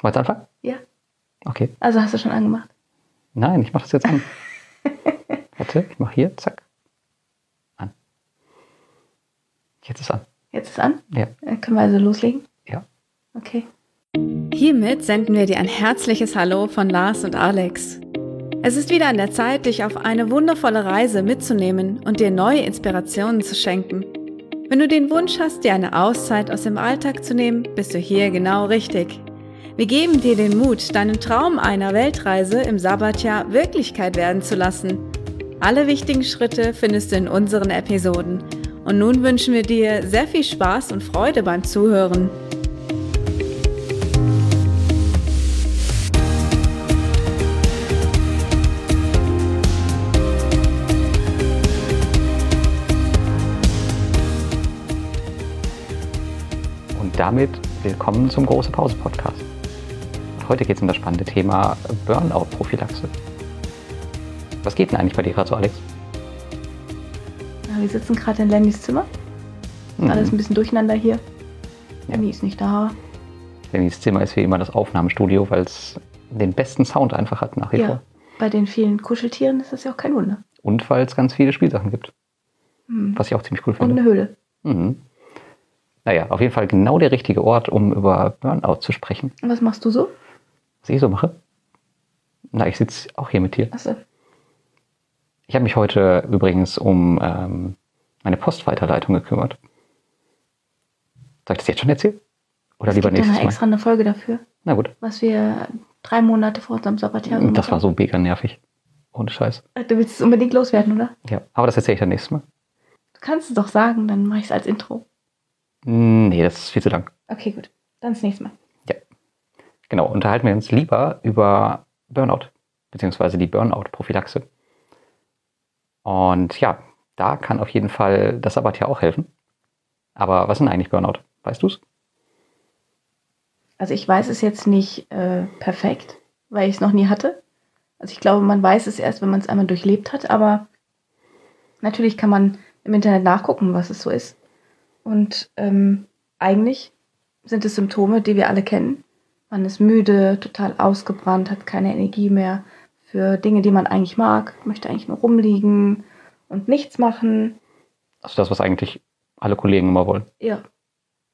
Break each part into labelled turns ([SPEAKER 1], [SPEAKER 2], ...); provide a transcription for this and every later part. [SPEAKER 1] Wolltest du anfangen?
[SPEAKER 2] Ja.
[SPEAKER 1] Okay.
[SPEAKER 2] Also hast du schon angemacht.
[SPEAKER 1] Nein, ich mache das jetzt an. Warte, ich mache hier, zack. An. Jetzt ist an.
[SPEAKER 2] Jetzt ist an?
[SPEAKER 1] Ja.
[SPEAKER 2] Äh, Können wir also loslegen?
[SPEAKER 1] Ja.
[SPEAKER 2] Okay.
[SPEAKER 3] Hiermit senden wir dir ein herzliches Hallo von Lars und Alex. Es ist wieder an der Zeit, dich auf eine wundervolle Reise mitzunehmen und dir neue Inspirationen zu schenken. Wenn du den Wunsch hast, dir eine Auszeit aus dem Alltag zu nehmen, bist du hier genau richtig. Wir geben dir den Mut, deinen Traum einer Weltreise im Sabbatjahr Wirklichkeit werden zu lassen. Alle wichtigen Schritte findest du in unseren Episoden. Und nun wünschen wir dir sehr viel Spaß und Freude beim Zuhören.
[SPEAKER 1] Und damit willkommen zum Große Pause Podcast. Und heute geht es um das spannende Thema Burnout-Prophylaxe. Was geht denn eigentlich bei dir gerade so, Alex?
[SPEAKER 2] Na, wir sitzen gerade in Lennys Zimmer.
[SPEAKER 1] Hm.
[SPEAKER 2] Alles ein bisschen durcheinander hier.
[SPEAKER 1] Ja.
[SPEAKER 2] Lenny ist nicht da.
[SPEAKER 1] Lennys Zimmer ist wie immer das Aufnahmestudio, weil es den besten Sound einfach hat nach wie
[SPEAKER 2] Ja.
[SPEAKER 1] vor.
[SPEAKER 2] Bei den vielen Kuscheltieren ist das ja auch kein Wunder.
[SPEAKER 1] Und weil es ganz viele Spielsachen gibt,
[SPEAKER 2] Hm.
[SPEAKER 1] was ich auch ziemlich cool
[SPEAKER 2] Und
[SPEAKER 1] finde.
[SPEAKER 2] eine Höhle.
[SPEAKER 1] Mhm. Naja, auf jeden Fall genau der richtige Ort, um über Burnout zu sprechen.
[SPEAKER 2] Und was machst du so?
[SPEAKER 1] Was ich so mache? Na, ich sitze auch hier mit dir.
[SPEAKER 2] Achso.
[SPEAKER 1] Ich habe mich heute übrigens um ähm, meine Postweiterleitung gekümmert. Soll ich das jetzt schon erzählen? Oder
[SPEAKER 2] es
[SPEAKER 1] lieber
[SPEAKER 2] gibt ja
[SPEAKER 1] nächstes
[SPEAKER 2] noch
[SPEAKER 1] Mal?
[SPEAKER 2] extra eine Folge dafür,
[SPEAKER 1] Na gut,
[SPEAKER 2] was wir drei Monate vor unserem Sabbatjahr gemacht
[SPEAKER 1] Mhm, das war
[SPEAKER 2] haben.
[SPEAKER 1] so mega nervig. Ohne Scheiß.
[SPEAKER 2] Du willst es unbedingt loswerden, oder?
[SPEAKER 1] Ja, aber das erzähle ich dann nächstes Mal.
[SPEAKER 2] Du kannst es doch sagen, dann mache ich es als Intro.
[SPEAKER 1] Nee, das ist viel zu lang.
[SPEAKER 2] Okay, gut. Dann das nächste Mal.
[SPEAKER 1] Genau, unterhalten wir uns lieber über Burnout, beziehungsweise die Burnout-Prophylaxe. Und ja, da kann auf jeden Fall das Sabbatjahr auch helfen. Aber was ist denn eigentlich Burnout? Weißt du es?
[SPEAKER 2] Also ich weiß es jetzt nicht äh, perfekt, weil ich es noch nie hatte. Also ich glaube, man weiß es erst, wenn man es einmal durchlebt hat, aber natürlich kann man im Internet nachgucken, was es so ist. Und ähm, eigentlich sind es Symptome, die wir alle kennen. Man ist müde, total ausgebrannt, hat keine Energie mehr für Dinge, die man eigentlich mag, möchte eigentlich nur rumliegen und nichts machen.
[SPEAKER 1] Also das, was eigentlich alle Kollegen immer wollen.
[SPEAKER 2] Ja,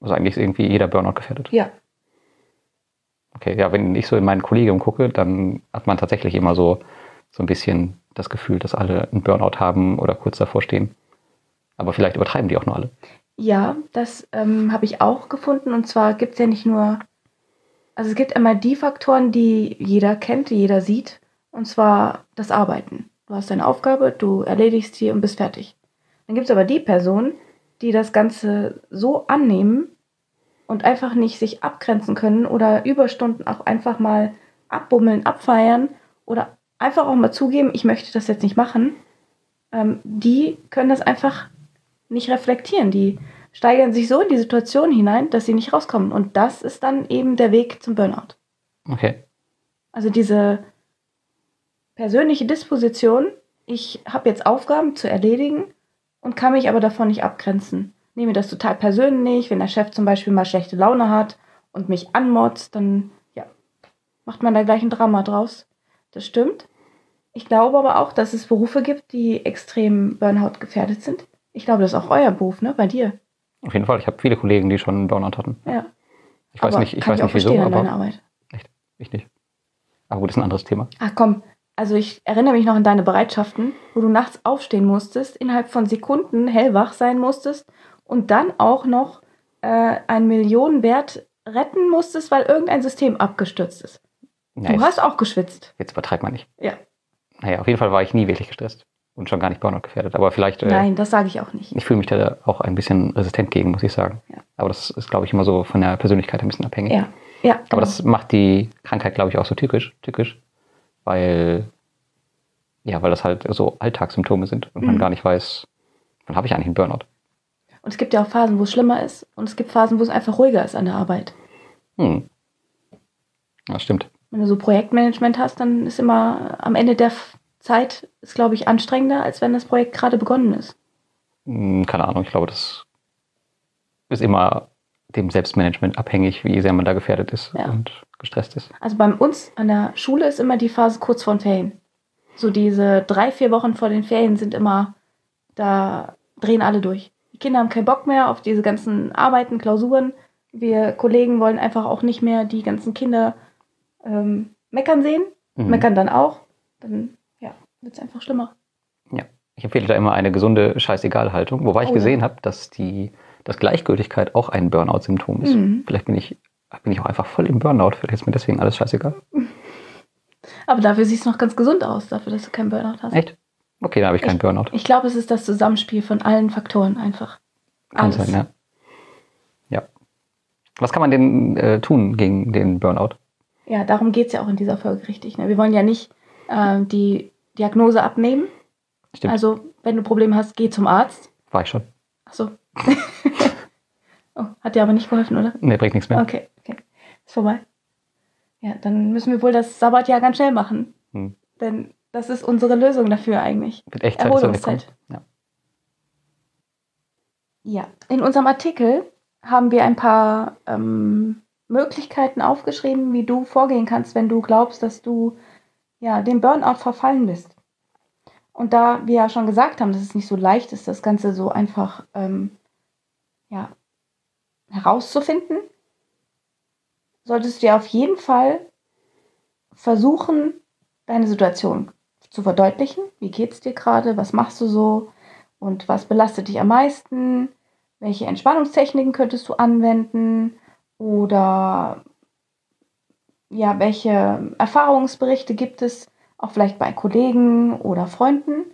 [SPEAKER 1] Also eigentlich ist irgendwie jeder Burnout gefährdet.
[SPEAKER 2] ja,
[SPEAKER 1] Okay, ja, wenn ich so in mein Kollegium gucke, dann hat man tatsächlich immer so, so ein bisschen das Gefühl, dass alle einen Burnout haben oder kurz davor stehen. Aber vielleicht übertreiben die auch nur alle.
[SPEAKER 2] Ja, das ähm, habe ich auch gefunden. Und zwar gibt es ja nicht nur, also es gibt immer die Faktoren, die jeder kennt, die jeder sieht. Und zwar das Arbeiten. Du hast deine Aufgabe, du erledigst sie und bist fertig. Dann gibt es aber die Personen, die das Ganze so annehmen und einfach nicht sich abgrenzen können oder Überstunden auch einfach mal abbummeln, abfeiern oder einfach auch mal zugeben, ich möchte das jetzt nicht machen. Ähm, die können das einfach nicht reflektieren. Die steigern sich so in die Situation hinein, dass sie nicht rauskommen. Und das ist dann eben der Weg zum Burnout.
[SPEAKER 1] Okay.
[SPEAKER 2] Also diese persönliche Disposition, ich habe jetzt Aufgaben zu erledigen und kann mich aber davon nicht abgrenzen. Nehme das total persönlich, wenn der Chef zum Beispiel mal schlechte Laune hat und mich anmotzt, dann ja, macht man da gleich ein Drama draus. Das stimmt. Ich glaube aber auch, dass es Berufe gibt, die extrem Burnout gefährdet sind. Ich glaube, das ist auch euer Beruf, ne? Bei dir.
[SPEAKER 1] Auf jeden Fall, ich habe viele Kollegen, die schon einen Burnout hatten.
[SPEAKER 2] Ja.
[SPEAKER 1] Ich weiß
[SPEAKER 2] aber
[SPEAKER 1] nicht, ich
[SPEAKER 2] kann
[SPEAKER 1] weiß
[SPEAKER 2] ich
[SPEAKER 1] nicht
[SPEAKER 2] auch
[SPEAKER 1] wieso,
[SPEAKER 2] verstehen an
[SPEAKER 1] aber
[SPEAKER 2] deiner Arbeit.
[SPEAKER 1] ich nicht. Aber gut, ist ein anderes Thema.
[SPEAKER 2] Ach komm, also ich erinnere mich noch an deine Bereitschaften, wo du nachts aufstehen musstest, innerhalb von Sekunden hellwach sein musstest und dann auch noch äh, einen Millionenwert retten musstest, weil irgendein System abgestürzt ist.
[SPEAKER 1] Nice.
[SPEAKER 2] Du hast auch geschwitzt.
[SPEAKER 1] Jetzt übertreibt man nicht.
[SPEAKER 2] Ja.
[SPEAKER 1] Naja, auf jeden Fall war ich nie wirklich gestresst und schon gar nicht Burnout gefährdet. Aber vielleicht, äh,
[SPEAKER 2] Nein, das sage ich auch nicht.
[SPEAKER 1] ich fühle mich da auch ein bisschen resistent gegen, muss ich sagen.
[SPEAKER 2] Ja.
[SPEAKER 1] Aber das ist, glaube ich, immer so von der Persönlichkeit ein bisschen abhängig.
[SPEAKER 2] Ja, genau. ja.
[SPEAKER 1] Aber das macht die Krankheit, glaube ich, auch so tückisch, tückisch weil, ja, weil das halt so Alltagssymptome sind und man
[SPEAKER 2] Mhm.
[SPEAKER 1] gar nicht weiß, wann habe ich eigentlich einen Burnout.
[SPEAKER 2] und es gibt ja auch Phasen, wo es schlimmer ist und es gibt Phasen, wo es einfach ruhiger ist an der Arbeit.
[SPEAKER 1] Hm. Das stimmt.
[SPEAKER 2] Wenn du so Projektmanagement hast, dann ist immer am Ende der F- Zeit, ist glaube ich anstrengender, als wenn das Projekt gerade begonnen ist.
[SPEAKER 1] Hm, Keine Ahnung, ich glaube, das ist immer dem Selbstmanagement abhängig, wie sehr man da gefährdet ist
[SPEAKER 2] Ja.
[SPEAKER 1] und gestresst ist.
[SPEAKER 2] Also bei uns an der Schule ist immer die Phase kurz vor den Ferien. So diese drei, vier Wochen vor den Ferien sind immer, da drehen alle durch. Die Kinder haben keinen Bock mehr auf diese ganzen Arbeiten, Klausuren. Wir Kollegen wollen einfach auch nicht mehr die ganzen Kinder ähm, meckern sehen,
[SPEAKER 1] Mhm.
[SPEAKER 2] meckern dann auch. Dann ja, wird es einfach schlimmer.
[SPEAKER 1] Ich empfehle da immer eine gesunde Scheißegal-Haltung, wobei ich
[SPEAKER 2] Oh ja.
[SPEAKER 1] gesehen habe, dass die dass Gleichgültigkeit auch ein Burnout-Symptom ist.
[SPEAKER 2] Mhm.
[SPEAKER 1] Vielleicht bin ich, bin ich auch einfach voll im Burnout, vielleicht ist mir deswegen alles scheißegal.
[SPEAKER 2] Aber dafür sieht es noch ganz gesund aus, dafür, dass du keinen Burnout hast.
[SPEAKER 1] Echt? Okay, dann habe ich keinen Burnout.
[SPEAKER 2] Ich glaube, es ist das Zusammenspiel von allen Faktoren einfach.
[SPEAKER 1] Kann sein, ja. Ja. Was kann man denn äh, tun gegen den Burnout?
[SPEAKER 2] Ja, darum geht's ja auch in dieser Folge richtig. Ne? Wir wollen ja nicht äh, die Diagnose abnehmen.
[SPEAKER 1] Stimmt,
[SPEAKER 2] Also, wenn du Probleme hast, geh zum Arzt.
[SPEAKER 1] war ich schon.
[SPEAKER 2] Achso. oh, hat dir aber nicht geholfen, oder?
[SPEAKER 1] Nee, bringt nichts mehr.
[SPEAKER 2] Okay, okay. Ist vorbei. Ja, dann müssen wir wohl das Sabbatjahr ganz schnell machen.
[SPEAKER 1] Hm.
[SPEAKER 2] Denn das ist unsere Lösung dafür eigentlich.
[SPEAKER 1] Mit echt Zeit ist er
[SPEAKER 2] Erholungszeit.
[SPEAKER 1] weggekommen. Ja.
[SPEAKER 2] Ja, in unserem Artikel haben wir ein paar ähm, Möglichkeiten aufgeschrieben, wie du vorgehen kannst, wenn du glaubst, dass du ja, dem Burnout verfallen bist. Und da wir ja schon gesagt haben, dass es nicht so leicht ist, das Ganze so einfach ähm, ja, herauszufinden, solltest du dir auf jeden Fall versuchen, deine Situation zu verdeutlichen. Wie geht's dir gerade? Was machst du so? Und was belastet dich am meisten? Welche Entspannungstechniken könntest du anwenden? Oder ja, welche Erfahrungsberichte gibt es auch vielleicht bei Kollegen oder Freunden?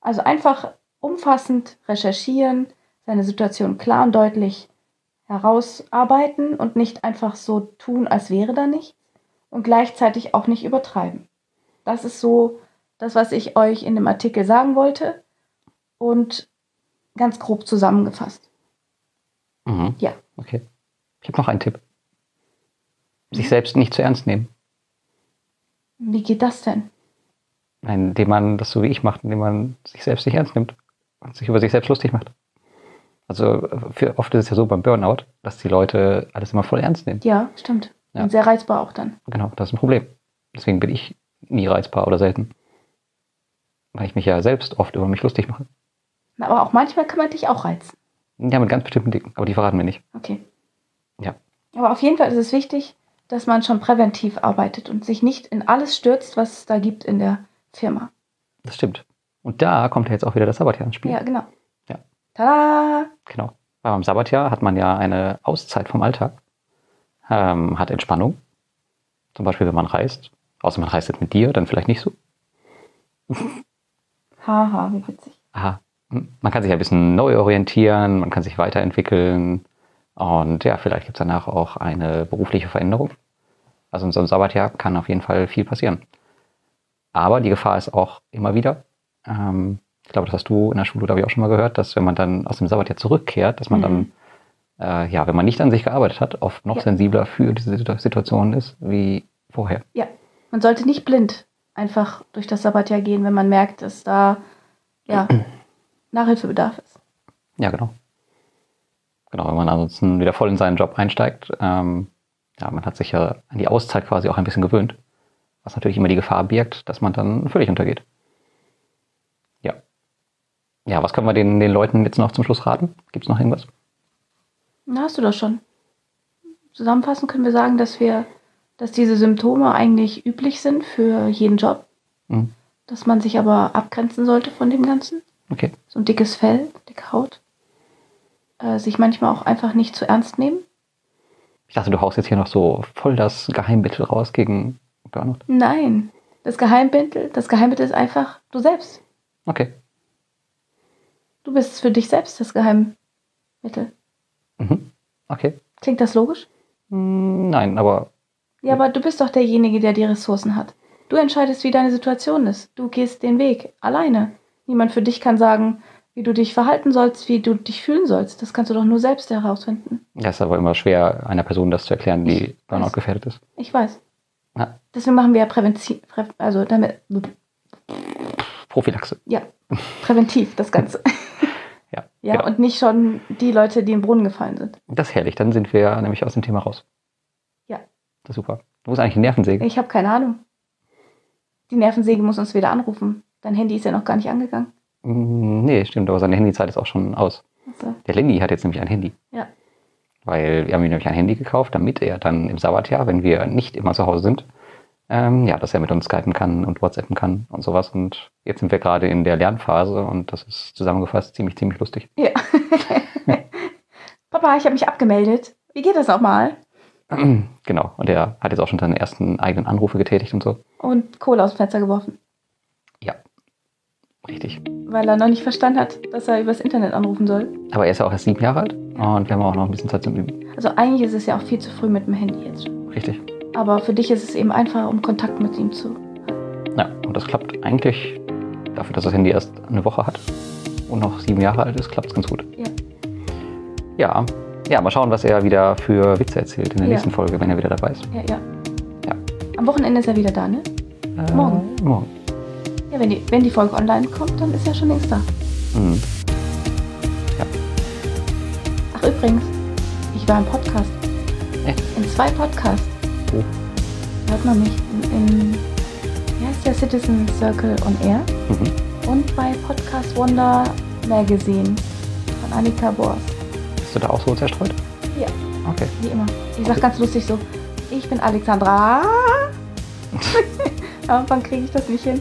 [SPEAKER 2] Also einfach umfassend recherchieren, seine Situation klar und deutlich herausarbeiten und nicht einfach so tun, als wäre da nichts und gleichzeitig auch nicht übertreiben. Das ist so das, was ich euch in dem Artikel sagen wollte und ganz grob zusammengefasst.
[SPEAKER 1] Mhm.
[SPEAKER 2] Ja.
[SPEAKER 1] Okay. Ich habe noch einen Tipp. Sich selbst nicht zu ernst nehmen.
[SPEAKER 2] Wie geht das denn?
[SPEAKER 1] Nein, indem man das so wie ich macht, indem man sich selbst nicht ernst nimmt und sich über sich selbst lustig macht. Also äh, für, oft ist es ja so beim Burnout, dass die Leute alles immer voll ernst nehmen.
[SPEAKER 2] Ja, stimmt.
[SPEAKER 1] Ja.
[SPEAKER 2] Und sehr reizbar auch dann.
[SPEAKER 1] Genau, das ist ein Problem. Deswegen bin ich nie reizbar oder selten. Weil ich mich ja selbst oft über mich lustig mache.
[SPEAKER 2] Na, Aber auch manchmal kann man dich auch reizen.
[SPEAKER 1] Ja, mit ganz bestimmten Dingen, aber die verraten wir nicht.
[SPEAKER 2] Okay.
[SPEAKER 1] Ja.
[SPEAKER 2] Aber auf jeden Fall ist es wichtig, dass man schon präventiv arbeitet und sich nicht in alles stürzt, was es da gibt in der Firma.
[SPEAKER 1] Das stimmt. Und da kommt ja jetzt auch wieder das Sabbatjahr ins Spiel.
[SPEAKER 2] Ja, genau.
[SPEAKER 1] Ja.
[SPEAKER 2] Tada!
[SPEAKER 1] Genau. Weil beim Sabbatjahr hat man ja eine Auszeit vom Alltag, ähm, hat Entspannung. Zum Beispiel, wenn man reist. Außer man reist jetzt mit dir, dann vielleicht nicht so.
[SPEAKER 2] Haha, wie witzig.
[SPEAKER 1] Aha. Hm. Man kann sich ein bisschen neu orientieren, man kann sich weiterentwickeln. Und ja, vielleicht gibt es danach auch eine berufliche Veränderung. Also in so einem Sabbatjahr kann auf jeden Fall viel passieren. Aber die Gefahr ist auch immer wieder, ähm, ich glaube, das hast du in der Schule, glaube ich, auch schon mal gehört, dass wenn man dann aus dem Sabbatjahr zurückkehrt, dass man
[SPEAKER 2] Mhm.
[SPEAKER 1] dann, äh, ja, wenn man nicht an sich gearbeitet hat, oft noch
[SPEAKER 2] Ja.
[SPEAKER 1] sensibler für diese Situ- Situation ist wie vorher.
[SPEAKER 2] Man sollte nicht blind einfach durch das Sabbatjahr gehen, wenn man merkt, dass da ja, Nachhilfebedarf ist.
[SPEAKER 1] Ja, genau. Genau, wenn man ansonsten wieder voll in seinen Job einsteigt, ähm, ja, man hat sich ja an die Auszeit quasi auch ein bisschen gewöhnt, was natürlich immer die Gefahr birgt, dass man dann völlig untergeht. Ja. Ja, was können wir den, den Leuten jetzt noch zum Schluss raten? Gibt es noch irgendwas?
[SPEAKER 2] Na, hast du das schon. Zusammenfassend können wir sagen, dass wir, dass diese Symptome eigentlich üblich sind für jeden Job,
[SPEAKER 1] Mhm.
[SPEAKER 2] dass man sich aber abgrenzen sollte von dem Ganzen.
[SPEAKER 1] Okay.
[SPEAKER 2] So ein dickes Fell, dicke Haut. Äh, sich manchmal auch einfach nicht zu ernst nehmen.
[SPEAKER 1] Ich dachte, du haust jetzt hier noch so voll das Geheimmittel raus gegen Burnout.
[SPEAKER 2] Nein. Das Geheimmittel, das Geheimmittel ist einfach du selbst.
[SPEAKER 1] Okay.
[SPEAKER 2] Du bist für dich selbst das Geheimmittel.
[SPEAKER 1] Mhm. Okay.
[SPEAKER 2] Klingt das logisch?
[SPEAKER 1] Mm, Nein, aber
[SPEAKER 2] Ja, aber du bist doch derjenige, der die Ressourcen hat. Du entscheidest, wie deine Situation ist. Du gehst den Weg alleine. Niemand für dich kann sagen, wie du dich verhalten sollst, wie du dich fühlen sollst. Das kannst du doch nur selbst herausfinden.
[SPEAKER 1] das ist aber immer schwer, einer Person das zu erklären, die
[SPEAKER 2] Ich
[SPEAKER 1] Burnout
[SPEAKER 2] weiß.
[SPEAKER 1] gefährdet ist.
[SPEAKER 2] Ich weiß.
[SPEAKER 1] Ja.
[SPEAKER 2] Deswegen machen wir ja präventiv, also damit,
[SPEAKER 1] Prophylaxe.
[SPEAKER 2] ja, präventiv das Ganze.
[SPEAKER 1] Ja.
[SPEAKER 2] Ja,
[SPEAKER 1] Genau.
[SPEAKER 2] und nicht schon die Leute, die in den Brunnen gefallen sind.
[SPEAKER 1] Das ist herrlich. Dann sind wir nämlich aus dem Thema raus.
[SPEAKER 2] Ja.
[SPEAKER 1] Das ist super. Wo ist eigentlich die Nervensäge?
[SPEAKER 2] Ich habe keine Ahnung. Die Nervensäge muss uns wieder anrufen. Dein Handy ist ja noch gar nicht angegangen.
[SPEAKER 1] Hm, Nee, stimmt, aber seine Handyzeit ist auch schon aus.
[SPEAKER 2] Also,
[SPEAKER 1] Der Lenny hat jetzt nämlich ein Handy.
[SPEAKER 2] Ja.
[SPEAKER 1] Weil wir haben ihm nämlich ein Handy gekauft, damit er dann im Sabbatjahr, wenn wir nicht immer zu Hause sind, ähm, ja, dass er mit uns skypen kann und WhatsAppen kann und sowas. Und jetzt sind wir gerade in der Lernphase und das ist zusammengefasst ziemlich, ziemlich lustig.
[SPEAKER 2] ja. Papa, ich habe mich abgemeldet. Wie geht das nochmal?
[SPEAKER 1] Genau. Und er hat jetzt auch schon seine ersten eigenen Anrufe getätigt und so.
[SPEAKER 2] Und Kohle aus dem Fenster geworfen,
[SPEAKER 1] Ja. Richtig.
[SPEAKER 2] weil er noch nicht verstanden hat, dass er übers Internet anrufen soll.
[SPEAKER 1] Aber er ist ja auch erst sieben Jahre alt und wir haben auch noch ein bisschen Zeit zum Üben.
[SPEAKER 2] Also eigentlich ist es ja auch viel zu früh mit dem Handy jetzt schon.
[SPEAKER 1] Richtig.
[SPEAKER 2] Aber für dich ist es eben einfacher, um Kontakt mit ihm zu.
[SPEAKER 1] Ja, und das klappt eigentlich dafür, dass das Handy erst eine Woche hat und noch sieben Jahre alt ist, klappt es ganz gut.
[SPEAKER 2] Ja.
[SPEAKER 1] Ja. Ja, mal schauen, was er wieder für Witze erzählt in der
[SPEAKER 2] Ja.
[SPEAKER 1] nächsten Folge, wenn er wieder dabei ist.
[SPEAKER 2] Ja, ja.
[SPEAKER 1] Ja.
[SPEAKER 2] Am Wochenende ist er wieder da, ne?
[SPEAKER 1] Äh,
[SPEAKER 2] Morgen.
[SPEAKER 1] Morgen.
[SPEAKER 2] Ja, wenn die, wenn die Folge online kommt, dann ist er schon längst da.
[SPEAKER 1] Mhm.
[SPEAKER 2] Ach übrigens, ich war im Podcast.
[SPEAKER 1] Echt? Oh.
[SPEAKER 2] In zwei Podcasts.
[SPEAKER 1] Wo?
[SPEAKER 2] Hört man mich in, in wie heißt der Citizen Circle on Air
[SPEAKER 1] Mhm.
[SPEAKER 2] und bei Podcast Wonder Magazine von Annika Bors.
[SPEAKER 1] Bist du da auch so zerstreut?
[SPEAKER 2] Ja.
[SPEAKER 1] Okay.
[SPEAKER 2] Wie immer. Ich sag ganz lustig so, ich bin Alexandra. Am Anfang kriege ich das nicht hin.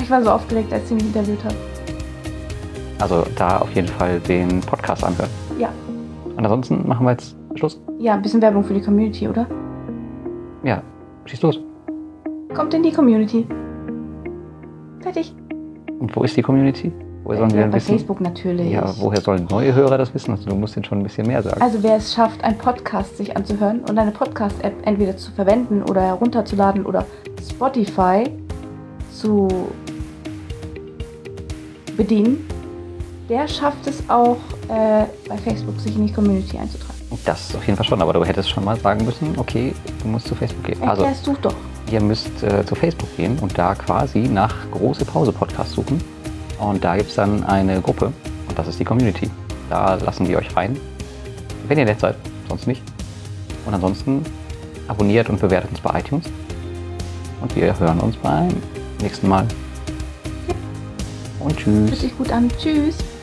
[SPEAKER 2] Ich war so aufgeregt, als sie mich interviewt hat.
[SPEAKER 1] Also da auf jeden Fall den Podcast anhören.
[SPEAKER 2] Ja.
[SPEAKER 1] Und ansonsten machen wir jetzt Schluss.
[SPEAKER 2] Ja, ein bisschen Werbung für die Community, oder?
[SPEAKER 1] Ja, schieß los.
[SPEAKER 2] Kommt in die Community. Fertig.
[SPEAKER 1] Und wo ist die Community? Woher sollen die
[SPEAKER 2] ja,
[SPEAKER 1] denn
[SPEAKER 2] Äh, bei
[SPEAKER 1] wissen?
[SPEAKER 2] Facebook natürlich.
[SPEAKER 1] Ja, woher sollen neue Hörer das wissen? Also du musst denen schon ein bisschen mehr sagen.
[SPEAKER 2] Also wer es schafft, einen Podcast sich anzuhören und eine Podcast-App entweder zu verwenden oder herunterzuladen oder Spotify zu bedienen, der schafft es auch äh, bei Facebook sich in die Community einzutragen.
[SPEAKER 1] Das auf jeden Fall schon, aber du hättest schon mal sagen müssen, okay, du musst zu Facebook gehen. Also
[SPEAKER 2] Erklärst du doch.
[SPEAKER 1] ihr müsst äh, zu Facebook gehen und da quasi nach große Pause Podcast suchen. Und da gibt es dann eine Gruppe und das ist die Community. Da lassen wir euch rein, wenn ihr nett seid, sonst nicht. Und ansonsten abonniert und bewertet uns bei iTunes. Und wir hören uns beim nächsten Mal. Und tschüss.
[SPEAKER 2] Fühlt sich gut an. Tschüss.